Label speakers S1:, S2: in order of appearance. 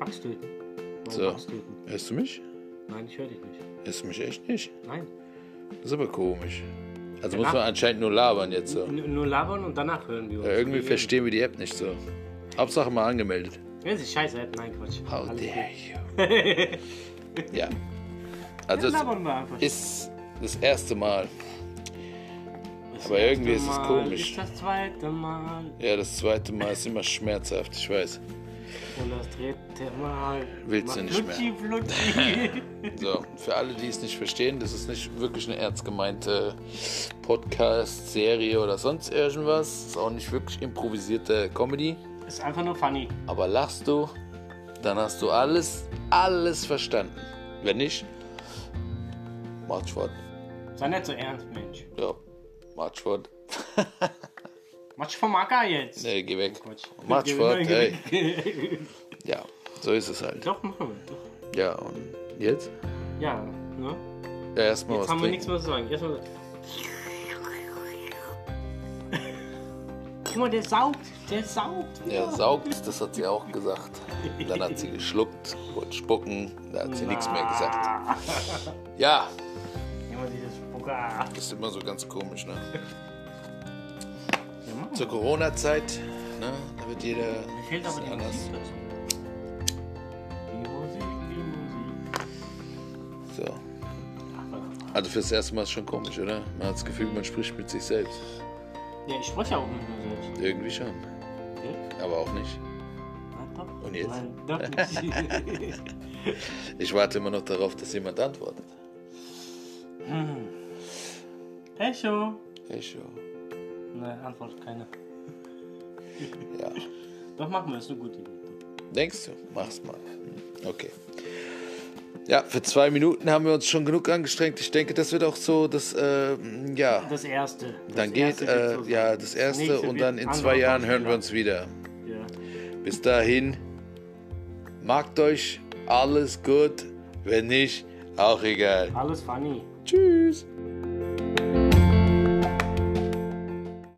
S1: Axtöten. Warum
S2: So.
S1: Axtöten?
S2: Hörst du mich?
S1: Nein, ich höre dich nicht.
S2: Hörst du mich echt nicht?
S1: Nein.
S2: Das ist aber komisch. Also
S1: Ja.
S2: muss man anscheinend nur labern jetzt so.
S1: N nur labern und danach hören wir uns.
S2: Ja, irgendwie
S1: Wie eben.
S2: verstehen wir die App nicht so. Hauptsache mal angemeldet.
S1: Wenn sie scheiße hätten, nein, Quatsch.
S2: How
S1: Alles
S2: dare
S1: gut.
S2: you. ja. Also
S1: Dann
S2: es
S1: labern wir einfach.
S2: ist das erste Mal.
S1: Das
S2: aber
S1: erste
S2: irgendwie ist es
S1: Mal
S2: komisch.
S1: Ist das zweite Mal
S2: Ja, das zweite Mal ist immer schmerzhaft, ich weiß.
S1: und das dritte Mal.
S2: Willst du
S1: Mach
S2: nicht mehr.
S1: Flutschi, Flutschi.
S2: So, für alle, die es nicht verstehen, das ist nicht wirklich eine ernst gemeinte Podcast, Serie oder sonst irgendwas. Ist auch nicht wirklich improvisierte Comedy.
S1: ist einfach nur funny.
S2: Aber lachst du, dann hast du alles, alles verstanden. Wenn nicht, macht Sport.
S1: Sei nicht so ernst, Mensch.
S2: Ja, macht Sport.
S1: Matsch vom Acker jetzt.
S2: Nee, geh weg.
S1: Quatsch.
S2: Macht Sport,
S1: Nein,
S2: ey.
S1: geh-
S2: Ja, so ist es halt.
S1: Doch, machen wir. Doch.
S2: Ja, und jetzt?
S1: Ja, ne?
S2: Ja, erstmal
S1: Jetzt
S2: was
S1: haben wir nichts
S2: trinken.
S1: mehr zu sagen. Erstmal. Guck mal, der saugt. Der saugt.
S2: Er saugt, das hat sie auch gesagt. Dann hat sie geschluckt, wollte spucken, da hat sie nichts mehr gesagt. Ja,
S1: Guck mal, dieses Poker.
S2: ist immer so ganz komisch, ne?
S1: Ja, Mann.
S2: Zur Corona-Zeit, ne, da wird jeder
S1: Mir fehlt aber die
S2: anders.
S1: Musik dazu. Die Musik, die Musik.
S2: So. Also fürs erste Mal ist schon komisch, oder? Man hat das Gefühl, man spricht mit sich selbst.
S1: Ja, ich spreche ja auch mit mir selbst.
S2: Irgendwie schon.
S1: Okay?
S2: Aber auch nicht.
S1: Na, doch.
S2: Und jetzt?
S1: Nein, doch nicht.
S2: Ich warte immer noch darauf, dass jemand antwortet.
S1: Echo.
S2: Hey, Show.
S1: Nein, antwortet keiner.
S2: Ja.
S1: Doch, machen wir, ist eine gute Idee.
S2: Denkst du? Mach's mal. Hm. Okay. Ja, für zwei Minuten haben wir uns schon genug angestrengt. Ich denke, das wird auch so, dass, äh, ja,
S1: Das erste. Das
S2: dann geht,
S1: erste wird
S2: äh,
S1: so sein.
S2: ja, das erste
S1: nächste
S2: und
S1: wird
S2: dann in
S1: andere
S2: zwei Jahren hören wir
S1: Baustelle.
S2: uns wieder.
S1: Ja.
S2: Bis dahin, macht euch alles gut, wenn nicht, auch egal.
S1: Alles funny.
S2: Tschüss.